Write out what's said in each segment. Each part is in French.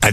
À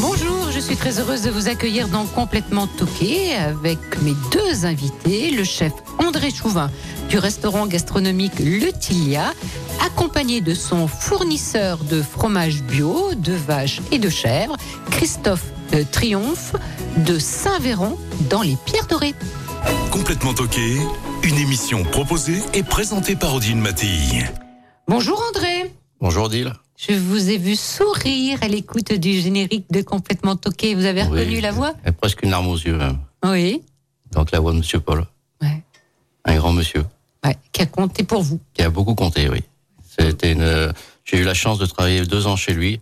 Bonjour, je suis très heureuse de vous accueillir dans Complètement Toqué avec mes deux invités, le chef André Chouvin du restaurant gastronomique Le Tilia, accompagné de son fournisseur de fromage bio, de vaches et de chèvres, Christophe euh, Triomphe de Saint-Véran dans les Pierres Dorées. Complètement toqué, une émission proposée et présentée par Odile Mattei. Bonjour André Bonjour Dil. je vous ai vu sourire à l'écoute du générique de Complètement Toqué. Vous avez reconnu la voix Et presque une larme aux yeux même. Oui. Donc la voix de Monsieur Paul. Ouais. Un grand monsieur Ouais, qui a compté pour vous. qui a beaucoup compté, oui. C'était une. euh, J'ai eu la chance de travailler deux ans chez lui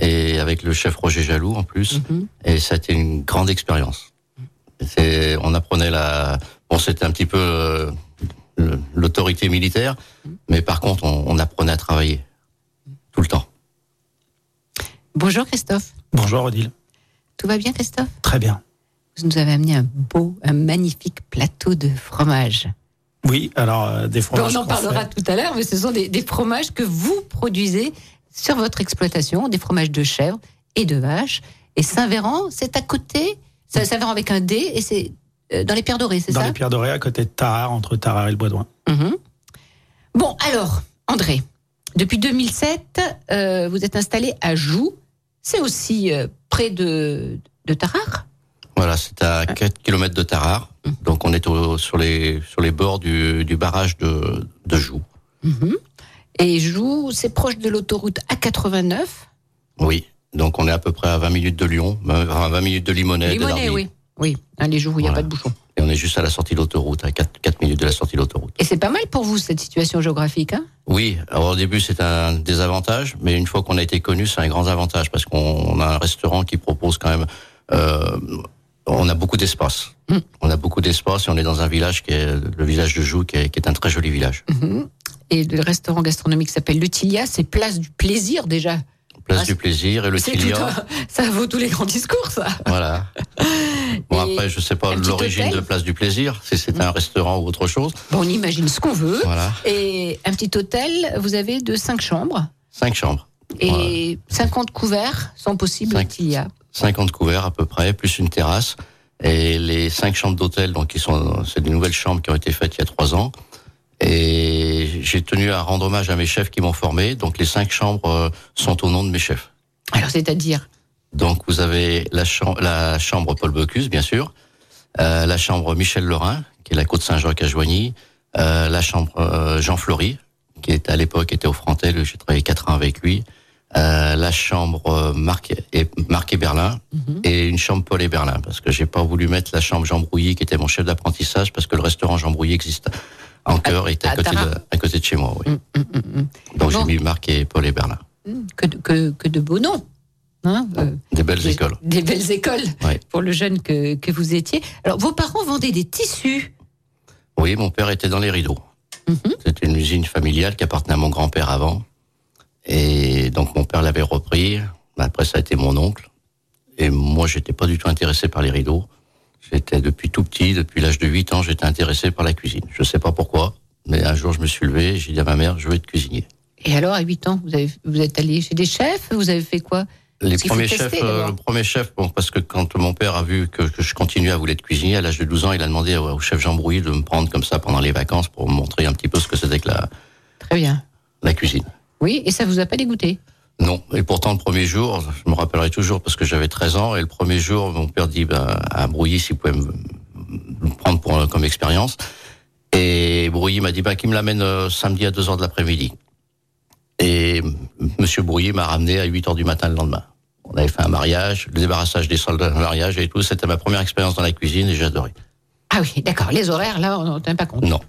et avec le chef Roger Jaloux en plus. Mhm. Et ça a été une grande expérience. C'est- On apprenait la. Bon, c'était un petit peu euh, le- l'autorité militaire, Mm-hmm. mais par contre, on, on apprenait à travailler tout le temps. Bonjour Christophe. Bonjour Odile. Tout va bien Christophe Très bien. Vous nous avez amené un beau, un magnifique plateau de fromages. Oui, alors euh, des Bon, fromages on en qu'on parlera fait. tout à l'heure, mais ce sont des, des fromages que vous produisez sur votre exploitation, des fromages de chèvre et de vache. Et Saint-Véran, c'est à côté, Saint- Saint-Véran avec un D, et c'est euh, dans les Pierres Dorées, c'est dans ça les Pierres Dorées, à côté de Tarare, entre Tarare et le Bois-d'Ouin. Mhm. Bon, alors, André, depuis 2007, euh, vous êtes installé à Joux. C'est aussi euh, près de, de Tarare Voilà, c'est Ah. à 4 km de Tarare. Mm. Donc on est au- sur, les, sur les bords du, du barrage de, de Joux. Mhm. Et Joux, c'est proche de l'autoroute A89. Oui. Donc on est à peu près à 20 minutes de Lyon, ben, enfin, 20 minutes de Limonade. Limonée, de Darby. oui. Oui, hein, les jours où il n'y a pas Voilà. de bouchon. Et on est juste à la sortie de l'autoroute, à 4, minutes de la sortie de l'autoroute. Et c'est pas mal pour vous, cette situation géographique. Hein Oui, alors au début c'est un désavantage, mais une fois qu'on a été connu, c'est un grand avantage parce qu'on on a un restaurant qui propose quand même... euh, on a beaucoup d'espace. Mm. On a beaucoup d'espace et on est dans un village qui est le village de Joux, qui est, qui est un très joli village. Mhm. Et le restaurant gastronomique s'appelle Le Tilia, c'est place du plaisir déjà. Place Ah, du plaisir et le C'est tout Tilia. un- Ça vaut tous les grands discours, ça. Voilà. Bon, Et après, je sais pas un petit l'origine hôtel Hmm. de Place du Plaisir, si c'est un restaurant ou autre chose. Bon, on imagine ce qu'on veut. Voilà. Et un petit hôtel, vous avez de cinq chambres Cinq chambres. et 50 couverts sont possibles au Cinq. Tilia. 50 couverts à peu près, plus une terrasse. Et les cinq chambres d'hôtel, donc, qui sont, c'est des nouvelles chambres qui ont été faites il y a trois ans. Et j'ai tenu à rendre hommage à mes chefs qui m'ont formé. Donc, les cinq chambres euh, sont au nom de mes chefs. Alors, c'est-à-dire Donc vous avez la, cham- la chambre Paul Bocuse, bien sûr, euh, la chambre Michel Lorrain, qui est la côte Saint-Jacques à Joigny, euh, la chambre euh, Jean Flory, qui est à l'époque était au Frantel, où j'ai travaillé quatre ans avec lui, euh, la chambre euh, Marc et, Marc et Berlin, Mhm. et une chambre Paul et Berlin, parce que j'ai pas voulu mettre la chambre Jean Brouilly, qui était mon chef d'apprentissage, parce que le restaurant Jean Brouilly existe en cœur et est à, à côté de, Tarare. à côté de chez moi. Oui. Hum, hum, hum, hum. Bon. Donc j'ai mis Marc et Paul et Berlin, Hum, que, de- que- que de beaux noms. Hein, euh, des belles des- écoles. Des belles écoles Ouais. pour le jeune que, que vous étiez. Alors, vos parents vendaient des tissus. Oui, mon père était dans les rideaux. Mhm. C'était une usine familiale qui appartenait à mon grand-père avant. Et donc mon père l'avait repris. Après, ça a été mon oncle. Et moi, j'étais pas du tout intéressé par les rideaux. J'étais depuis tout petit, depuis l'âge de 8 ans, j'étais intéressé par la cuisine. Je sais pas pourquoi, mais un jour, je me suis levé, j'ai dit à ma mère, je veux être cuisinier. Et alors, à 8 ans, vous, avez, vous êtes allé chez des chefs Vous avez fait quoi Les Parce qu'il faut premiers tester, chefs, euh, d'abord. le premier chef, bon, parce que quand mon père a vu que, que je continuais à vouloir être cuisinier, à l'âge de 12 ans, il a demandé au au chef Jean Brouilly de me prendre comme ça pendant les vacances pour me montrer un petit peu ce que c'était que la, Très bien. la cuisine. Oui, et ça vous a pas dégoûté Non, et pourtant le premier jour, je me rappellerai toujours parce que j'avais 13 ans, et le premier jour, mon père dit ben, à Brouilly s'il pouvait me, me prendre pour, euh, comme expérience. Et Brouilly m'a dit ben, qu'il me l'amène euh, samedi à 2h de l'après-midi. Et m- Monsieur Brouilly m'a ramené à 8h du matin le lendemain. On avait fait un mariage, le débarrassage des soldats de mariage et tout. C'était ma première expérience dans la cuisine et j'ai adoré. Ah oui, d'accord. Les horaires, là, on n'en tient pas compte. Non,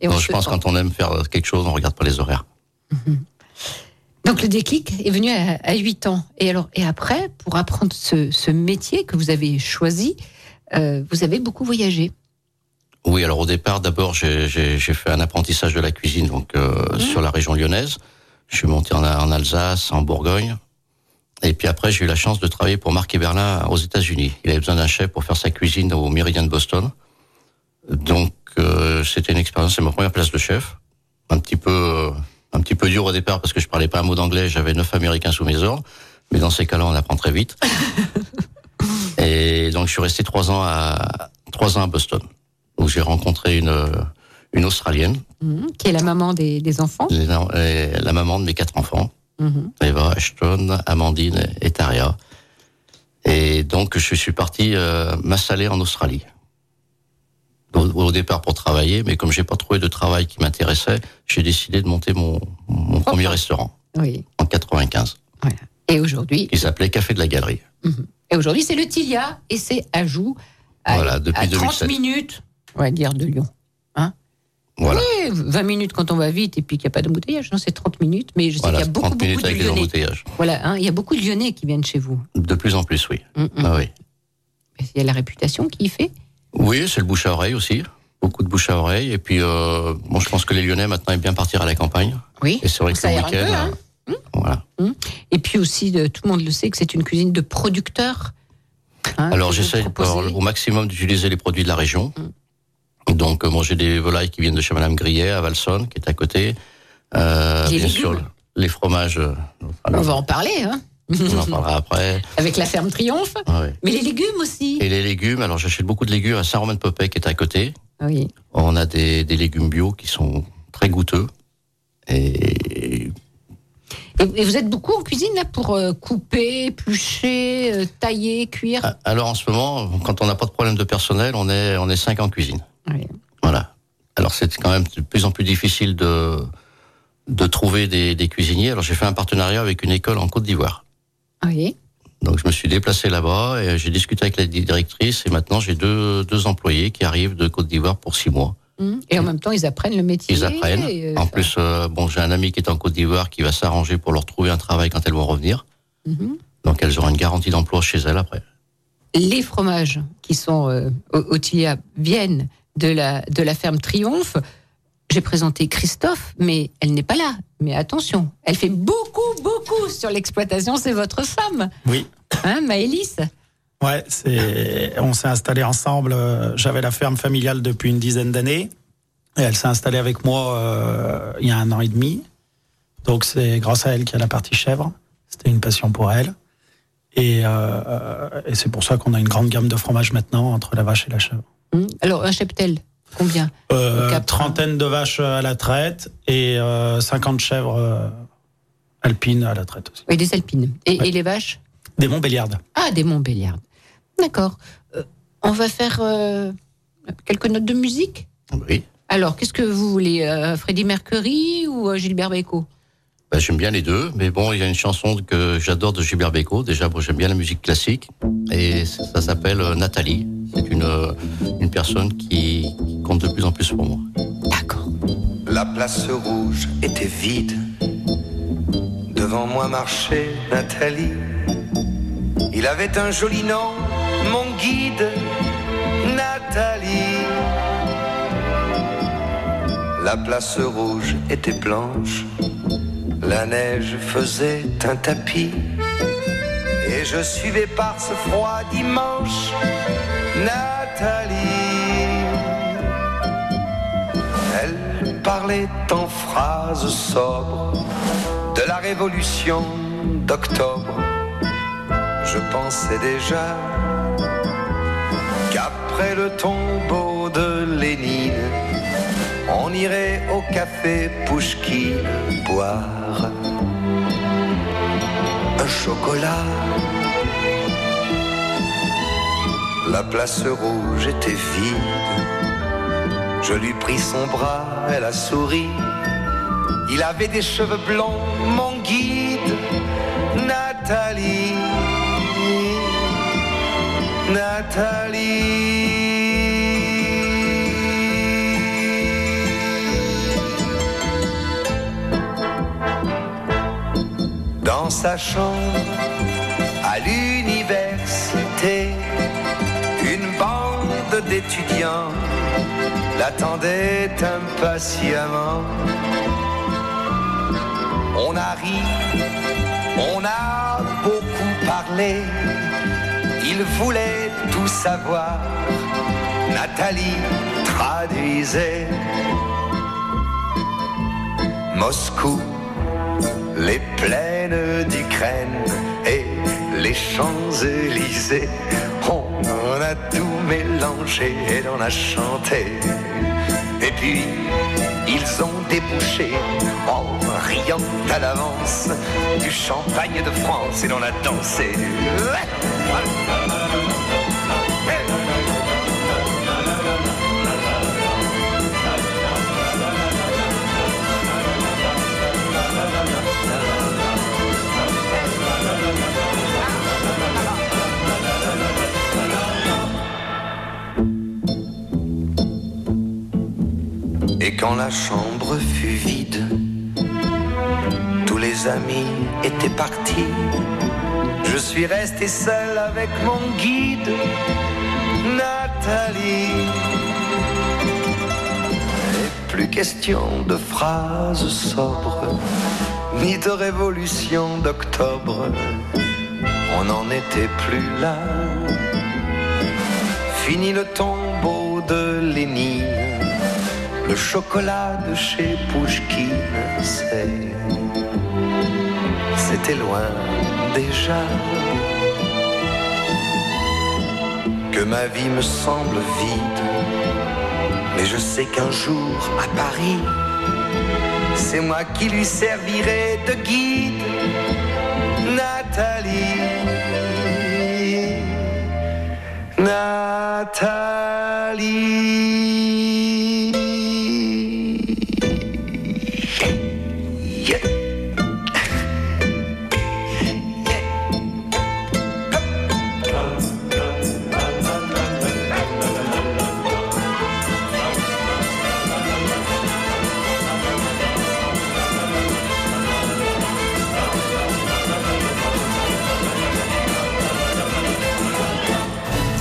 Et on non se- euh, je pense quand on aime faire quelque chose, on regarde pas les horaires. Donc le déclic est venu à, à 8 ans. Et alors et après, pour apprendre ce, ce métier que vous avez choisi, euh, vous avez beaucoup voyagé. Oui, alors au départ, d'abord, j'ai- j'ai j'ai fait un apprentissage de la cuisine donc euh, sur la région lyonnaise. Je suis monté en, en Alsace, en Bourgogne. Et puis après, j'ai eu la chance de travailler pour Marc Eberlin aux États-Unis. Il avait besoin d'un chef pour faire sa cuisine au Méridien de Boston. Donc, euh, c'était une expérience, c'est ma première place de chef. Un petit peu, euh, un petit peu dur au départ parce que je parlais pas un mot d'anglais. J'avais neuf Américains sous mes ordres, mais dans ces cas-là, on apprend très vite. Et donc, je suis resté trois ans à trois ans à Boston où j'ai rencontré une, euh, une Australienne, Mhm. qui est la maman des, des enfants. les- les- la maman de mes quatre enfants, Mhm. Eva, Ashton, Amandine et Taria. Et donc, je suis parti euh, m'installer en Australie. Au, au départ pour travailler, mais comme j'ai pas trouvé de travail qui m'intéressait, j'ai décidé de monter mon, mon premier restaurant Oui. en 95, Et aujourd'hui, qui s'appelait Café de la Galerie. et aujourd'hui c'est le Tilia et c'est Ajout à, Voilà, depuis à 30 2007. minutes, on va dire, de Lyon. Voilà. Oui, 20 minutes quand on va vite et puis qu'il n'y a pas d'embouteillage. Non, c'est 30 minutes, mais je sais Voilà, qu'il y a beaucoup, 30 minutes beaucoup de avec les Lyonnais. embouteillages. Voilà, hein, il y a beaucoup de Lyonnais qui viennent chez vous. De plus en plus, oui. Mm, mm. Ah oui. Il y a la réputation qui y fait. Oui, c'est le bouche à oreille aussi. Beaucoup de bouche à oreille. Et puis, euh, bon, je pense que les Lyonnais maintenant aiment bien partir à la campagne. Oui. Et c'est vrai que Ça le aère un week-end. peu, hein. euh, voilà. Et puis aussi, de- tout le monde le sait que c'est une cuisine de producteurs. hein, Alors, que vous j'essaie proposez. alors, au maximum d'utiliser les produits de la région. Hum. Donc, euh, moi, j'ai des volailles qui viennent de chez Madame Grillet, à Valsonne, qui est à côté. Euh, Les bien légumes. sûr, les fromages. euh, On va en parler, hein, on en parlera après. avec la ferme Triomphe. Ah oui. Mais les légumes aussi. Et les légumes, alors j'achète beaucoup de légumes à Saint-Romain-de-Popey, qui est à côté. Ah Oui. On a des, des légumes bio qui sont très goûteux. Et Et, et vous êtes beaucoup en cuisine là pour euh, couper, éplucher, euh, tailler, cuire. Ah, Alors en ce moment, quand on n'a pas de problème de personnel, on est on est cinq en cuisine. Oui. Voilà. Alors c'est quand même de plus en plus difficile de de trouver des, des cuisiniers. Alors j'ai fait un partenariat avec une école en Côte d'Ivoire. Oui. Donc je me suis déplacé là-bas et j'ai discuté avec la di- directrice et maintenant j'ai deux deux employés qui arrivent de Côte d'Ivoire pour six mois. Hum. Et en même temps, ils apprennent le métier. Ils apprennent. et, euh, en ça- plus, euh, bon, j'ai un ami qui est en Côte d'Ivoire qui va s'arranger pour leur trouver un travail quand elles vont revenir. Mhm. Donc elles auront une garantie d'emploi chez elles après. les fromages qui sont euh, au, au Tilia viennent de la, de la ferme Triomphe. J'ai présenté Christophe, mais elle n'est pas là. Mais attention, elle fait beaucoup, beaucoup sur l'exploitation. C'est votre femme, Oui. hein, Maëlys Ouais, c'est, on s'est installés ensemble. euh, J'avais la ferme familiale depuis une dizaine d'années. Et elle s'est installée avec moi euh, il y a un an et demi. Donc c'est grâce à elle qu'il y a la partie chèvre. C'était une passion pour elle. Et, euh, et c'est pour ça qu'on a une grande gamme de fromages maintenant entre la vache et la chèvre. Hum, Alors, un cheptel, combien Euh, Cap- trentaine de vaches à la traite et euh, 50 chèvres euh, alpines à la traite aussi. Oui, des alpines. Et, Ouais. et les vaches Des Montbéliardes. Ah, des Montbéliardes. D'accord. Euh, on va faire euh, quelques notes de musique Oui. alors, qu'est-ce que vous voulez euh, Freddie Mercury ou euh, Gilbert Bécaud Bah, j'aime bien les deux, mais bon, il y a une chanson que j'adore de Gilbert Bécaud. Déjà, bon, j'aime bien la musique classique, et ça, ça s'appelle euh, Nathalie. C'est une, euh, une personne qui, qui compte de plus en plus pour moi. D'accord. La place rouge était vide. Devant moi marchait Nathalie. Il avait un joli nom, mon guide, Nathalie. La place rouge était blanche. La neige faisait un tapis. Et je suivais par ce froid dimanche Nathalie. Elle parlait en phrases sobres de la révolution d'octobre. Je pensais déjà qu'après le tombeau de Lénine, on irait au café Pouchkine boire un chocolat. La place rouge était vide. Je lui pris son bras, elle a souri. Il avait des cheveux blonds, mon guide, Nathalie. Nathalie. dans sa chambre à l'université. Une bande d'étudiants l'attendait impatiemment. On a ri, on a beaucoup parlé. Il voulait tout savoir. Nathalie traduisait. Moscou, les plaines d'Ukraine et les Champs-Élysées. On en a tout mélangé et on a chanté. Et puis, ils ont débouché en riant à l'avance du champagne de France et on a dansé. Et quand la chambre fut vide, tous les amis étaient partis. Je suis resté seul avec mon guide, Nathalie. Et plus question de phrases sobres, ni de révolution d'octobre. On n'en était plus là. Fini le tombeau de Lénine. Le chocolat de chez Pouchkine, c'est. C'était loin déjà. Que ma vie me semble vide. Mais je sais qu'un jour, à Paris, c'est moi qui lui servirai de guide. Nathalie. Nathalie. Yeah.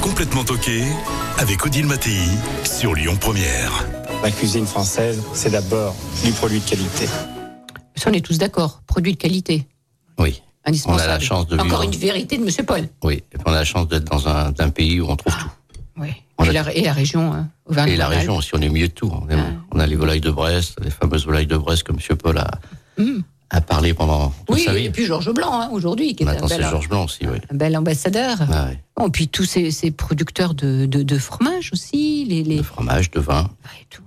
Complètement toqué avec Odile Mattei sur Lyon Première. La cuisine française, c'est d'abord du produit de qualité. Ça, on est tous d'accord. Produit de qualité. Oui. Indispensable. On a la chance de Encore vivre. une vérité de M. Paul. Oui, et puis on a la chance d'être dans un, d'un pays où on trouve tout. Oui. On Et a- la, et la région. hein, au vin Et la rural. région aussi, on est mieux de tout. On, est- Ah. on a les volailles de Brest, les fameuses volailles de Brest que M. Paul a, a parlé pendant toute Mm. Oui, sa vie. et puis Georges Blanc, hein, aujourd'hui, qui est un Maintenant, c'est bel, Georges Blanc aussi, oui. un bel ambassadeur. Ah, oui. Bon, et puis tous ces, ces producteurs de, de, de fromage aussi. Les, les... De fromage, de vin. Ah, et tout.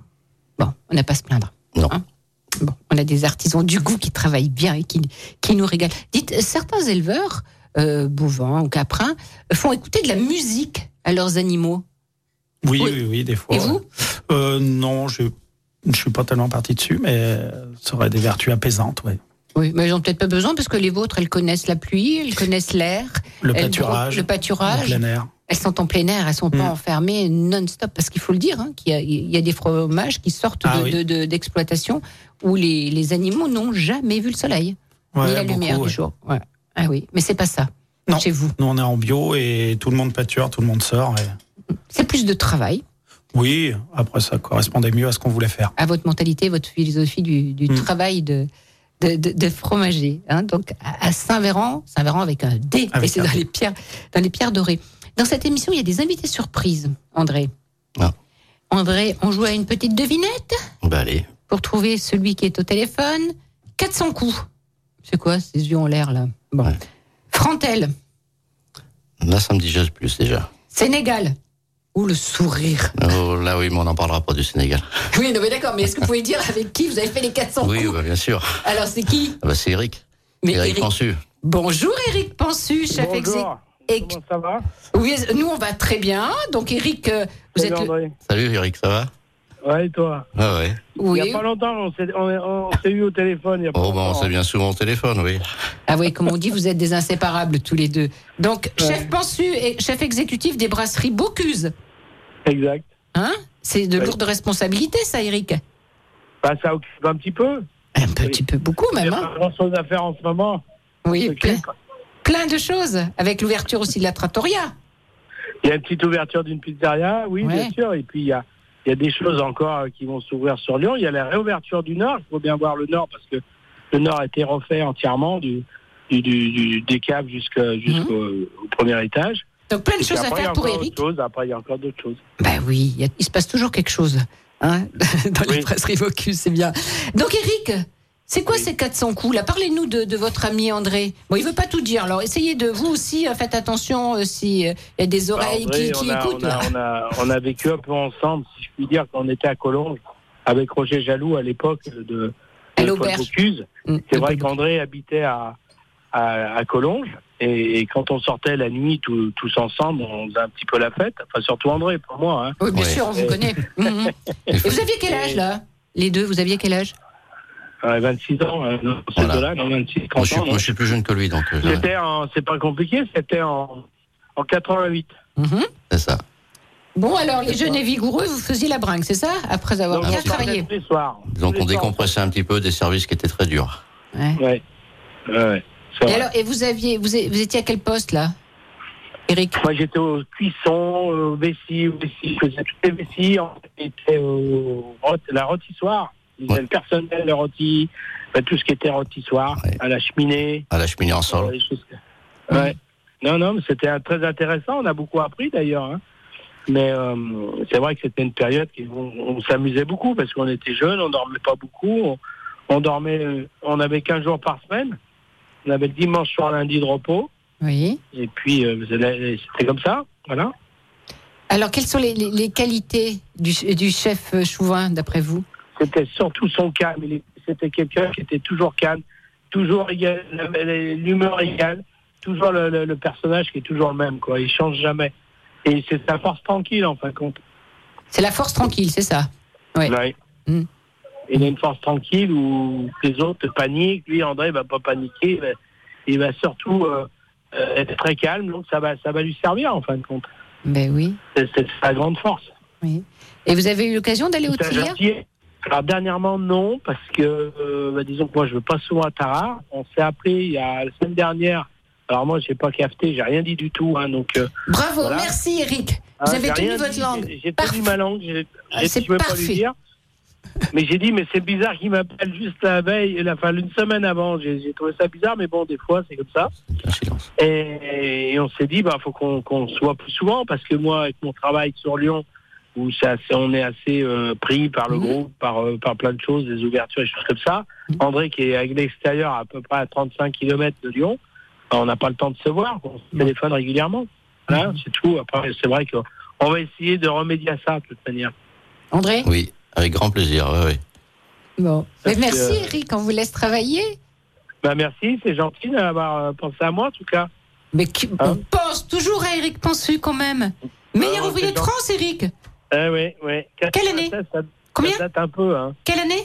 Bon, on n'a pas à se plaindre. Non. Hein Bon, on a des artisans du goût qui travaillent bien et qui, qui nous régalent. Dites, certains éleveurs, euh, bovins ou caprins, font écouter de la musique à leurs animaux. Oui, Oui. oui, oui, des fois. Et vous Euh, Non, je ne suis pas tellement parti dessus, mais ça aurait des vertus apaisantes, oui. Oui, mais ils n'ont peut-être pas besoin parce que les vôtres, elles connaissent la pluie, elles connaissent l'air. Le elles- pâturage, Le pâturage. le plein air. Elles sont en plein air, elles sont pas Mm. enfermées non-stop, parce qu'il faut le dire, hein, qu'il y a- il y, a des fromages qui sortent Ah de- oui. de- de- d'exploitation où les, les animaux n'ont jamais vu le soleil, ni Ouais, la beaucoup, lumière ouais. du jour. Ouais. Ah oui, mais c'est pas ça Non. chez vous. Nous, on est en bio et tout le monde pâture, tout le monde sort. et- C'est plus de travail Oui, après, ça correspondait mieux à ce qu'on voulait faire. à votre mentalité, votre philosophie du, du Hmm. Mm. travail de, de, de- de fromager. hein. Donc à à Saint-Véran, Saint-Véran avec un D, et Avec c'est un dans D. les pierres, dans les pierres dorées. Dans cette émission, il y a des invités surprises, André. Ah. André, on joue à une petite devinette. Ben allez, pour trouver celui qui est au téléphone. 400 coups. C'est quoi ces yeux en l'air là Bon. Ouais. Frantel, là, ça me dit juste plus déjà. Sénégal. Ou le sourire. Oh, là, oui, mais on n'en parlera pas du Sénégal. Oui, non mais d'accord, mais est-ce que vous pouvez dire avec qui vous avez fait les 400 Oui, coups ben, bien sûr. Alors c'est qui Ah ben, c'est Eric. Mais Eric, Eric- Pensu. Bonjour Eric Pensu, chef exé- Bonjour, ex- comment ça va Oui, nous on va très bien. Donc Eric, euh, vous Salut, êtes le... André. Salut Eric, ça va Ouais, et toi Ah ouais. Il n'y Oui. a pas longtemps, on s'est, on, on s'est eu au téléphone. il y a pas Oh, ben, on longtemps. s'est bien souvent au téléphone, oui. Ah oui, comme on dit, vous êtes des inséparables tous les deux. Donc chef Pensu et chef exécutif des brasseries Bocuse. Exact. Hein C'est de Ouais. lourdes responsabilités ça Eric. Bah, ça occupe un petit peu. Un petit peu beaucoup Il même. n'y a Hein pas grand chose à faire en ce moment. Oui, plein, plein de choses, avec l'ouverture aussi de la trattoria. Il y a une petite ouverture d'une pizzeria, oui, Ouais. bien sûr. Et puis, il y a, il y a des choses encore euh, qui vont s'ouvrir sur Lyon. Il y a la réouverture du Nord. Il faut bien voir le Nord parce que le Nord a été refait entièrement du, du, du- du- des caves jusqu'à- jusqu'au au premier étage. Donc, plein de Et puis Mmh. choses à après, il y a faire pour encore autre Eric. chose. Après, il y a encore d'autres choses. Ben oui, il y a- il se passe toujours quelque chose hein, dans les brasseries Vaucluse, c'est bien. Donc Eric, c'est quoi ces 400 coups là Parlez-nous de, de votre ami André. Bon, il veut pas tout dire, alors essayez de vous aussi, euh, faites attention euh, si euh, il y a des oreilles Bah, en vrai, qui, qui on a, écoutent. on a- là. on a- on a vécu un peu ensemble, si je puis dire, quand on était à Collonges, avec Roger Jaloux à l'époque de, de À Paul l'auberge. Bocuse. Mm. C'est vrai qu'André habitait à, à, à Collonges, et, et quand on sortait la nuit tout- tous ensemble, on faisait un petit peu la fête. Enfin, surtout André, pour moi. hein. Oui, bien sûr, on Et- vous connaît. Mhm. Et vous aviez quel âge là Les deux, vous aviez quel âge Ouais, 26 ans, euh, dans ce Voilà. là 26, Moi, 30 je suis, ans. moi, je suis plus jeune que lui, donc euh, je- C'était en- c'est pas compliqué, c'était en, en 88. Mhm. c'est ça. Bon, alors les jeunes et vigoureux, vous faisiez la bringue, c'est ça Après avoir Donc, bien on sortait travaillé. tous les soirs. Donc Tous les on soirs, décompressait un petit peu des services qui étaient très durs. Ouais. Ouais. Ouais, Et c'est vrai. alors, et vous aviez, vous, é- vous étiez à quel poste là Eric Moi, j'étais au cuisson, au vessie, au vessie, je faisais toutes les vessies. En fait, J'étais au rôti- la rôtissoire. Ils avaient le personnel, le rôti, ben, tout ce qui était rôtissoire, Ouais. à la cheminée. À la cheminée en euh, sol. les choses que- Ouais. Non, non, mais c'était euh, très intéressant. On a beaucoup appris d'ailleurs. hein. Mais euh, c'est vrai que c'était une période qui on, on s'amusait beaucoup parce qu'on était jeunes, on dormait pas beaucoup. On, on dormait, euh, on avait 15 jours par semaine. On avait le dimanche soir, lundi de repos. Oui. Et puis euh, c'était comme ça, voilà. Alors, quelles sont les, les- les qualités du, du chef euh, Chauvin, d'après vous c'était surtout son calme. Il est- C'était quelqu'un qui était toujours calme, toujours égal- la- l'humeur égale, toujours le, le- le personnage qui est toujours le même. Quoi. Il change jamais. Et c'est sa force tranquille, en fin de compte. C'est la force tranquille, c'est ça Ouais. Ouais. Mm. Il a une force tranquille où les autres paniquent. Lui, André, va pas paniquer. Il va, il va surtout euh, euh, être très calme. Donc, ça va, ça va lui servir, en fin de compte. Ben oui. C'est c'est sa grande force. Et vous avez eu l'occasion d'aller au C'est un Tillière gentil. Alors dernièrement non parce que euh, bah, disons que moi je veux pas souvent à Tarare. On s'est appelé il y a la semaine dernière. Alors moi j'ai pas cafeté, j'ai rien dit du tout. Hein, donc euh, Bravo, Voilà. merci Eric. Vous hein, avez j'ai tenu rien votre dit, langue. j'ai- J'ai Parfait. tenu ma langue. j'ai- Ah, j'ai- c'est je veux pas parfait. lui dire. Mais j'ai dit mais c'est bizarre qu'il m'appelle juste la veille, la, enfin une semaine avant. J'ai j'ai trouvé ça bizarre mais bon des fois c'est comme ça. Un silence. Et, et on s'est dit, bah, faut qu'on qu'on se voit plus souvent parce que moi, avec mon travail sur Lyon, où ça, c'est- on est assez euh, pris par le Mhm. groupe, par, euh, par plein de choses, des ouvertures et choses comme ça. André, qui est à l'extérieur, à peu près à 35 km de Lyon, bah, on n'a pas le temps de se voir. On se téléphone régulièrement. Mhm. Voilà, c'est tout. Après, c'est vrai qu'on on va essayer de remédier à ça, de toute manière. André Oui, avec grand plaisir. Oui, oui. Bon. Mais Parce que- merci Eric, on vous laisse travailler. Bah, merci, c'est gentil d'avoir euh, pensé à moi, en tout cas. Mais qui- Ah. on pense toujours à Eric Pensu quand même. Meilleur Ah, ouvrier c'est de gentil. France, Eric. Eh oui, oui. Ah Quelle année 96, ça, Combien ça date un peu, hein. Quelle année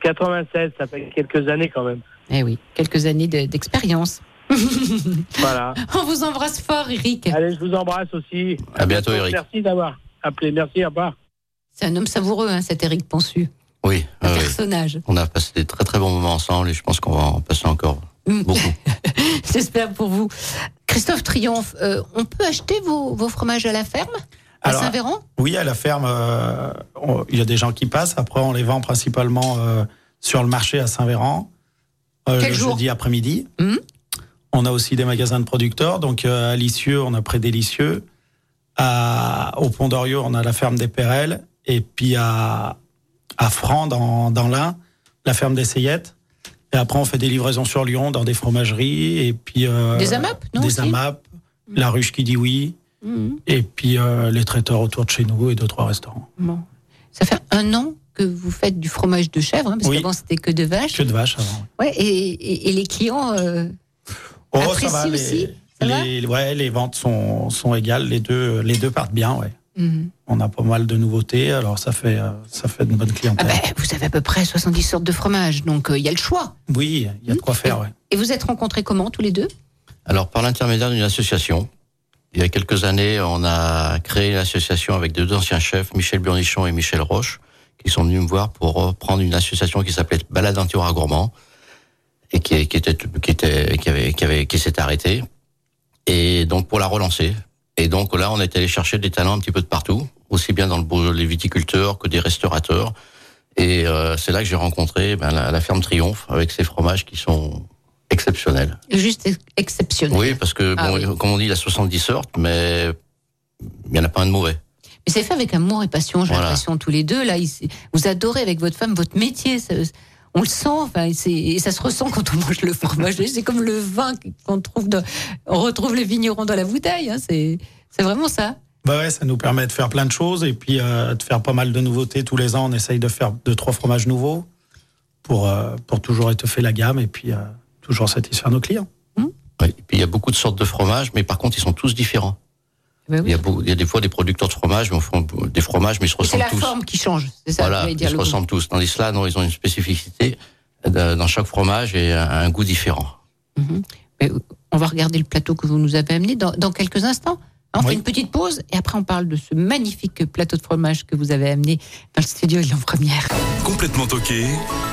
96, ça fait quelques années quand même. Eh oui, quelques années de- d'expérience. Voilà. on vous embrasse fort, Eric. Allez, je vous embrasse aussi. À bientôt, Eric. Merci d'avoir appelé. Merci, au revoir. C'est un homme savoureux, hein, cet Eric Pensu. Oui, Un Ah oui, oui. personnage. On a passé des très très bons moments ensemble et je pense qu'on va en passer encore Mm. beaucoup. J'espère pour vous. Christophe Triomphe, euh, on peut acheter vos, vos fromages à la ferme à Alors, Saint-Véran oui, à la ferme, euh, on- il y a des gens qui passent. Après, on les vend principalement euh, sur le marché à Saint-Véran, euh, Quel le jour jeudi après-midi. Mhm. On a aussi des magasins de producteurs. Donc, euh, à Lisieux, on a près des Lisieux. À, au Pont d'Oriot, on a la ferme des Pérelles. Et puis à, à Franc, dans, dans l'Ain, la ferme des Seillettes. Et après, on fait des livraisons sur Lyon, dans des fromageries. Et puis, euh, Des AMAP, non Des aussi Hmm. AMAP, la ruche qui dit oui. Mhm. Et puis euh, les traiteurs autour de chez nous et deux trois restaurants. Bon. Ça fait un an que vous faites du fromage de chèvre, hein, parce Oui. qu'avant c'était que de vache. Que de vache avant. Ouais, et, et- et les clients, euh, Apprécie Oh, les, aussi, ça va les- ouais, les ventes sont, sont égales, les deux les deux partent bien, ouais. mhm. On a pas mal de nouveautés, alors ça fait euh, ça fait une bonne Ah clientèle. ben, vous avez à peu près 70 sortes de fromages, donc euh, il y a le choix. Oui, il y a de quoi faire, ouais. Et vous êtes rencontrés comment tous les deux Alors par l'intermédiaire d'une association, il y a quelques années, on a créé l'association avec deux anciens chefs, Michel Burnichon et Michel Roche, qui sont venus me voir pour euh, prendre une association qui s'appelait Balade Antiora Gourmand. et qui, qui était qui était qui avait qui avait qui s'est arrêté et donc pour la relancer. Et donc là, on est allé chercher des talents un petit peu de partout, aussi bien dans le beau- les viticulteurs que des restaurateurs. Et euh, c'est là que j'ai rencontré ben, la, la ferme Triomphe avec ses fromages qui sont exceptionnels. Juste ex- exceptionnel. Oui, parce que Ah bon, oui. comme on dit, il y a 70 sortes, mais il y en a pas un de mauvais. Mais c'est fait avec amour et passion, j'ai Voilà. l'impression, tous les deux. Là, ici. vous adorez avec votre femme votre métier. ça- on le sent, enfin, c'est- et ça se ressent quand on mange le fromage. C'est comme le vin qu'on trouve, dans- on retrouve le vigneron dans la bouteille. hein, c'est c'est vraiment ça. Bah ouais, ça nous permet de faire plein de choses et puis euh, de faire pas mal de nouveautés. Tous les ans, on essaye de faire deux, trois fromages nouveaux pour, euh, pour toujours étoffer la gamme et puis euh, toujours satisfaire nos clients. Ouais. Et puis il y a beaucoup de sortes de fromages, mais par contre, ils sont tous différents. Ben oui. Il, y a beau- il y a des fois des producteurs de fromages, mais on font des fromages, mais ils se C'est ressemblent la tous. forme qui change. C'est ça. que je voilà, voulais ils dire, se le goût. ressemblent tous. Tandis là, non, ils ont une spécificité euh, dans chaque fromage et un, un goût différent. Mhm. Mais on va regarder le plateau que vous nous avez amené dans, dans quelques instants. On fait Oui. une petite pause et après on parle de ce magnifique plateau de fromage que vous avez amené dans le studio de Lyon Première. Complètement toqué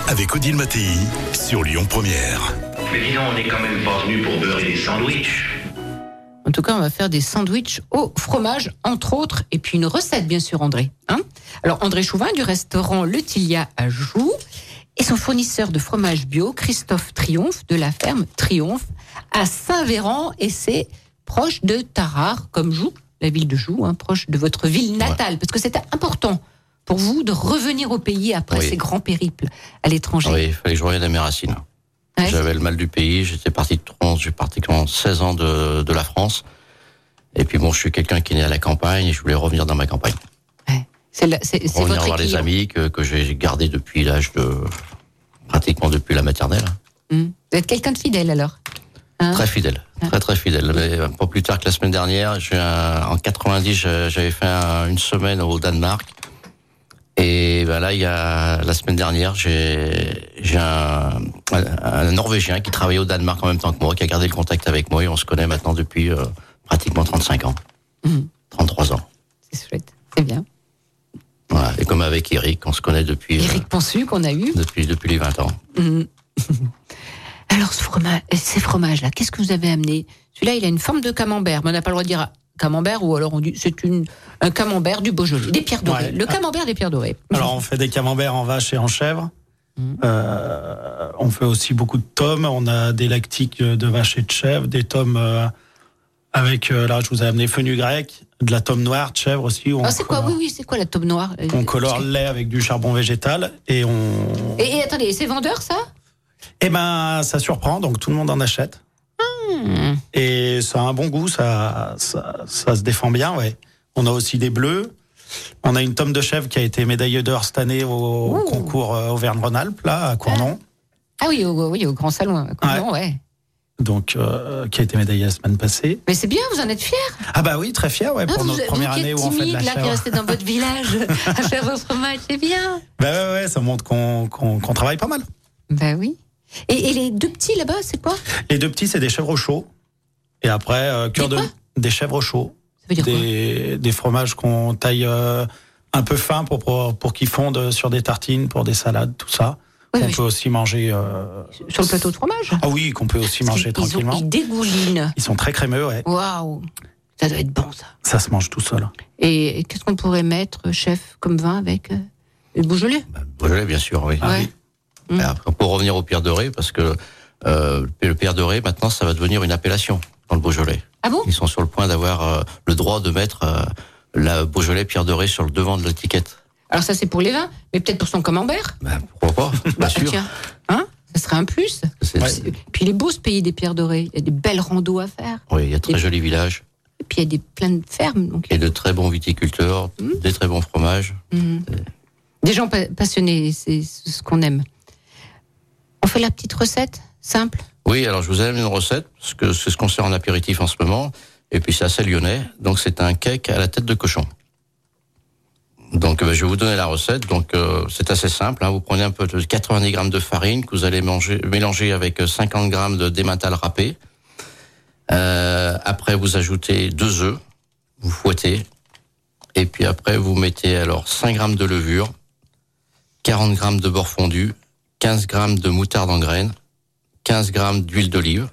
avec Odile Mattei sur Lyon Première. Mais dis donc, on n'est quand même pas venu pour beurrer des sandwichs. En tout cas, on va faire des sandwichs au fromage, entre autres, et puis une recette, bien sûr, André. hein. Alors, André Chauvin du restaurant Le Tilia à Joux et son fournisseur de fromage bio, Christophe Triomphe, de la ferme Triomphe à Saint-Véran, et c'est proche de Tarare, comme Joux, la ville de Joux, hein, proche de votre ville natale, parce que c'était important pour vous de revenir au pays après Oui. ces grands périples à l'étranger. Oui, il fallait que je revienne à mes racines. Ouais. J'avais le mal du pays, j'étais parti de 11, j'ai pratiquement 16 ans de, de la France. Et puis bon, je suis quelqu'un qui est né à la campagne et je voulais revenir dans ma campagne. C'est la- c'est- c'est Revenir votre voir les équilibre. amis que, que j'ai gardé depuis l'âge de... pratiquement depuis la maternelle. Hmm. Vous êtes quelqu'un de fidèle, alors Hein Très fidèle, très très fidèle. Mais, euh, pas plus tard que la semaine dernière, j'ai un- en 90, j'ai- j'avais fait un- une semaine au Danemark. Et ben là, il y a la semaine dernière, j'ai j'ai un, un- un Norvégien qui travaillait au Danemark en même temps que moi, qui a gardé le contact avec moi, et on se connaît maintenant depuis euh, pratiquement 35 ans, Mhm. 33 ans. C'est chouette, c'est bien. Voilà. Et comme avec Eric, on se connaît depuis euh, Eric Ponsu qu'on a eu. depuis depuis les 20 ans. Mm. Alors, ce fromage, ces fromages-là, qu'est-ce que vous avez amené Celui-là, il a une forme de camembert, mais on n'a pas le droit de dire camembert, ou alors on dit c'est une, un camembert du Beaujolais, des pierres dorées. Ouais. Le camembert des pierres dorées. Alors, on fait des camemberts en vache et en chèvre. Euh, on fait aussi beaucoup de tomes. On a des lactiques de vache et de chèvre, des tomes euh, avec, euh, là, je vous ai amené fenu grec, de la tome noire de chèvre aussi. où on Ah, c'est quoi colore- Oui, oui, c'est quoi la tome noire On colore le lait avec du charbon végétal et on. Et, et attendez, c'est vendeur ça Eh ben, ça surprend, donc tout le monde en achète. Hmm. Et ça a un bon goût, ça, ça, ça se défend bien, ouais. On a aussi des bleus. On a une tome de chèvre qui a été médaillée d'or cette année au Ouh. concours euh, Auvergne-Rhône-Alpes, là, à Cournon. Ah oui au, oui, au Grand Salon. à Coulon, ouais. Donc, euh, qui a été médaillée la semaine passée. Mais c'est bien, vous en êtes fiers Ah, bah oui, très fier, ouais, hein, pour vous, notre première vous qui année êtes où on fait de timide, la là, qui chèvre. restez dans votre village à faire vos fromages, c'est bien. Bah ouais, ouais, ça montre qu'on qu'on- qu'on travaille pas mal. Bah oui. Et, et les deux petits là-bas, c'est quoi Ça Les deux petits, c'est des chèvres au chaud. Et après, euh, cœur Des de. quoi Des chèvres au chaud. veut dire quoi des, des fromages qu'on taille euh, un peu fin pour, pour, pour qu'ils fondent sur des tartines, pour des salades, tout ça. Oui, qu'on mais peut aussi manger. euh, Sur le plateau de fromage Ah oui, qu'on peut aussi Parce manger qu'ils- ils ont- tranquillement. Ils dégoulinent. Ils sont très crémeux, ouais. Waouh, ça doit être bon ça. Ça se mange tout seul. Et, et qu'est-ce qu'on pourrait mettre, euh, chef, comme vin avec euh, le Beaujolais Beaujolais, bien sûr, oui. Ouais. Mm. Alors, pour revenir au Pierre Doré, parce que euh, le Pierre Doré, maintenant, ça va devenir une appellation dans le Beaujolais. Ah bon Ils sont sur le point d'avoir euh, le droit de mettre euh, la Beaujolais Pierre Doré sur le devant de l'étiquette. Alors ça c'est pour les vins, mais peut-être pour son camembert Ben, pourquoi pas Bien sûr. Tiens, hein Ça serait un plus. C'est- Ouais. c'est- Puis il est beau ce pays des pierres dorées, il y a des belles randos à faire, Oui, il y a de très jolis villages et puis il y a des plein de fermes. Donc, et de très bons viticulteurs, des très bons fromages. Mhm. Des gens pa- passionnés, c'est ce qu'on aime. On fait la petite recette, simple Oui, alors je vous amène une recette, parce que c'est ce qu'on sert en apéritif en ce moment, et puis c'est assez lyonnais, donc c'est un cake à la tête de cochon. Donc euh, je vais vous donner la recette, donc euh, c'est assez simple, hein. vous prenez un peu de 90 grammes de farine que vous allez manger, mélanger avec euh, 50 grammes de démental râpé. Euh, après vous ajoutez deux œufs, vous fouettez, et puis après vous mettez alors 5 grammes de levure, 40 grammes de beurre fondu, 15 grammes de moutarde en graines, 15 grammes d'huile d'olive.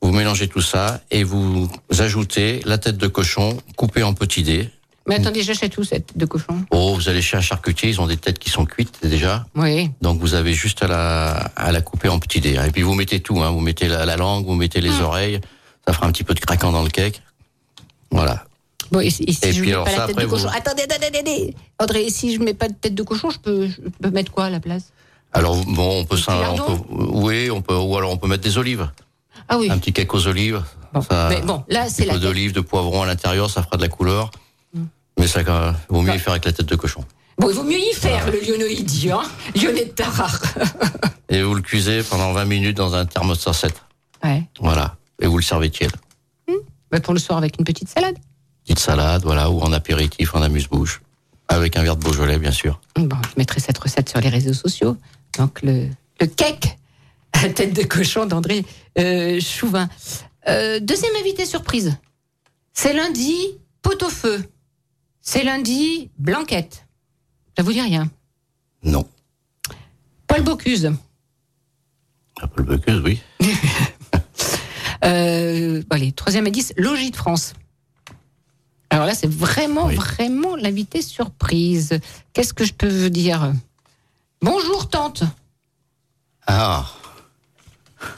Vous mélangez tout ça et vous ajoutez la tête de cochon coupée en petits dés. Mais attendez, j'achète où cette tête de cochon Oh, vous allez chez un charcutier, ils ont des têtes qui sont cuites déjà. Oui. Donc vous avez juste à la, à la couper en petits dés. hein. Et puis vous mettez tout, hein. vous mettez la, la langue, vous mettez les oreilles, ça fera un petit peu de craquant dans le cake. Voilà. Bon, et, si- et si Et je puis mets alors pas ça, la tête après, de cochon. vous- Attendez, attendez, attendez. André, si je mets pas de tête de cochon, je peux, je peux mettre quoi à la place Alors bon, on peut ça, on lardons peut- oui, on peut ou alors on peut mettre des olives. Ah oui. Un petit cake aux olives. ça- Mais bon, là, un c'est petit la tête. peu Mm. d'olive, de poivron à l'intérieur, ça fera de la couleur. Mais ça, quand même, vaut mieux y faire avec la tête de cochon. Bon, il vaut mieux y faire, le lionoïdi, hein Lyonnais de Tarare. Et vous le cuisez pendant 20 minutes dans un thermostat 7. Ouais. Voilà. Et vous le servez tiède. Bah, pour le soir, avec une petite salade. Petite salade, voilà, ou en apéritif, en amuse-bouche. Avec un verre de Beaujolais, bien sûr. Bon, je mettrai cette recette sur les réseaux sociaux. Donc, le, le cake à tête de cochon d'André euh, Chauvin. Euh, deuxième invité surprise. C'est lundi, pot au feu. C'est lundi, blanquette. Ça vous dit rien Non. Paul Bocuse. Apple Bucuse, oui. Euh, bon, allez, troisième indice, Logis de France. Alors là, c'est vraiment, vraiment l'invité surprise. Qu'est-ce que je peux vous dire Bonjour, tante. Ah.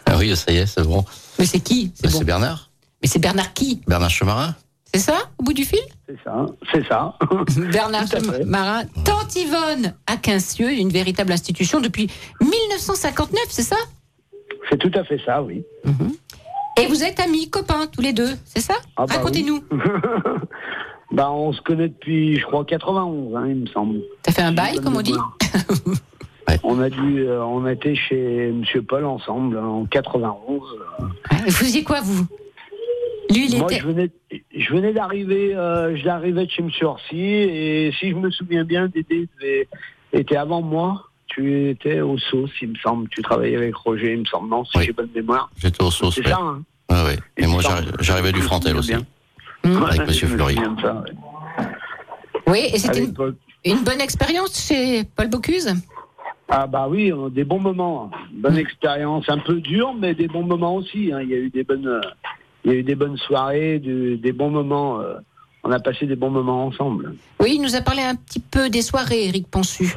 Ah oui, ça y est, c'est bon. Mais c'est qui Bah, C'est Bernard Mais c'est Bernard qui Bernard Chemarin C'est ça, au bout du fil C'est ça, c'est ça. Bernard Marin, Tante Yvonne à Quincieux, une véritable institution depuis 1959, c'est ça Mhm. C'est tout à fait ça, oui. Et vous êtes amis, copains, tous les deux, c'est ça Ah bah Racontez-nous. Bah, on se connaît depuis, je crois, 91, hein, il me semble. Ça fait un bail, comme on dit On a dû, euh, on a été chez Monsieur Paul ensemble hein, en 91. Ouais, Vous faisiez quoi, vous Lui, il Moi, était. je venais, je venais d'arriver, euh, je d'arrivais de chez Monsieur Orsi et si je me souviens bien, Dédé devait- était avant moi. Tu étais au sauce, il me semble. Tu travaillais avec Roger, il me semble, non, si j'ai bonne mémoire. J'étais aux sauces. C'est ouais. ça, hein Ouais, ouais. Et moi, j'arri- j'arrivais du Frantel aussi. Avec Ouais, Monsieur je me Fleury. souviens de ça, ouais. Oui, et À c'était une, l'époque. une bonne expérience chez Paul Bocuse Ah bah oui, euh, des bons moments, hein. bonne expérience, un peu dure, mais des bons moments aussi. hein. Il y a eu des bonnes, euh, il y a eu des bonnes soirées, du- des bons moments. euh, on a passé des bons moments ensemble, Oui, il nous a parlé un petit peu des soirées, Eric Pensu.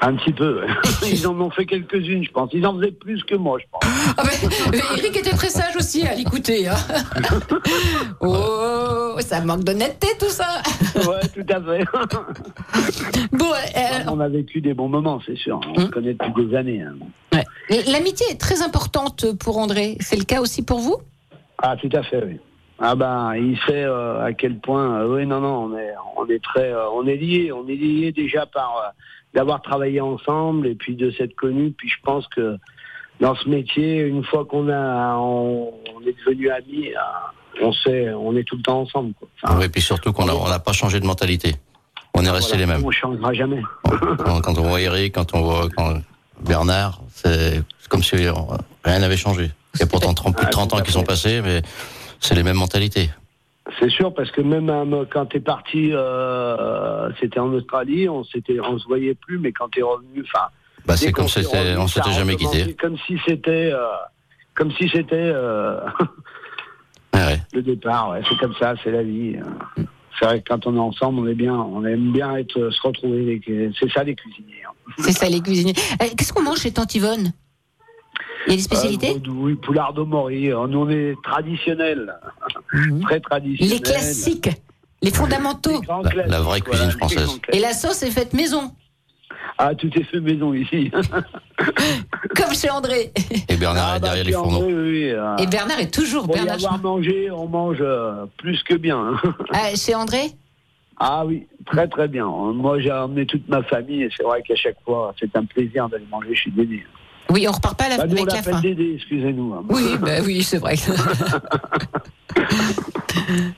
un petit peu. ouais. Ils en ont fait quelques-unes, je pense. Ils en faisaient plus que moi, je pense. Ah ben, mais Eric était très sage aussi à l'écouter. hein. oh, ça manque d'honnêteté tout ça. Ouais, tout à fait. Bon, euh, on a vécu des bons moments, c'est sûr. On se connaît depuis des années. hein. Ouais. L'amitié est très importante pour André. C'est le cas aussi pour vous Ah, tout à fait, oui. Ah ben, il sait euh, à quel point. euh, oui, non, non, on est, on est très, euh, on est liés, on est liés déjà par euh, d'avoir travaillé ensemble et puis de s'être connus. Puis je pense que dans ce métier, une fois qu'on a, on, on est devenu amis, euh, on sait, on est tout le temps ensemble. Quoi. Ouais, et puis surtout qu'on n'a on n'a pas changé de mentalité. On Ah, est resté les mêmes. On changera jamais. Quand, quand on voit Eric, quand on voit quand Bernard, c'est c'est comme si on- rien n'avait changé. Il y a pourtant 30, plus de 30 ans qui sont passés, mais c'est les mêmes mentalités. C'est sûr, parce que même euh, quand t'es parti, euh, c'était en Australie, on s'était, on se voyait plus, mais quand t'es revenu, enfin. Bah, dès c'est qu'on comme s'est si c'était- revenu, on ça s'était jamais recommençait quitté. Comme si c'était, euh, comme si c'était euh, le départ. ouais. C'est comme ça, c'est la vie. euh. C'est vrai que quand on est ensemble, on est bien, on aime bien être, euh, se retrouver. les- C'est ça les cuisiniers. hein. C'est ça, les cuisiniers. Euh, Qu'est-ce qu'on mange chez Tante Yvonne Il y a des spécialités Euh, Oui, poulardo mori. euh, Nous on est traditionnels, très traditionnels. Mhm. Les classiques, les fondamentaux. La, la vraie cuisine française. Et la sauce est faite maison, Ah, tout est fait maison ici. comme chez André. Et Bernard est derrière les fourneaux. Ah, bah, Oui, oui, euh, Et Bernard est toujours Pour y Bernard avoir mangé, on mange euh, plus que bien. hein. Ah, chez André Ah oui, très très bien. Moi j'ai emmené toute ma famille et c'est vrai qu'à chaque fois c'est un plaisir d'aller manger chez Dédé. Oui, on repart pas à la- Bah, nous, on Ah, avec la l'appelle faim. Dédé, excusez-nous. hein. Oui, bah oui, c'est vrai.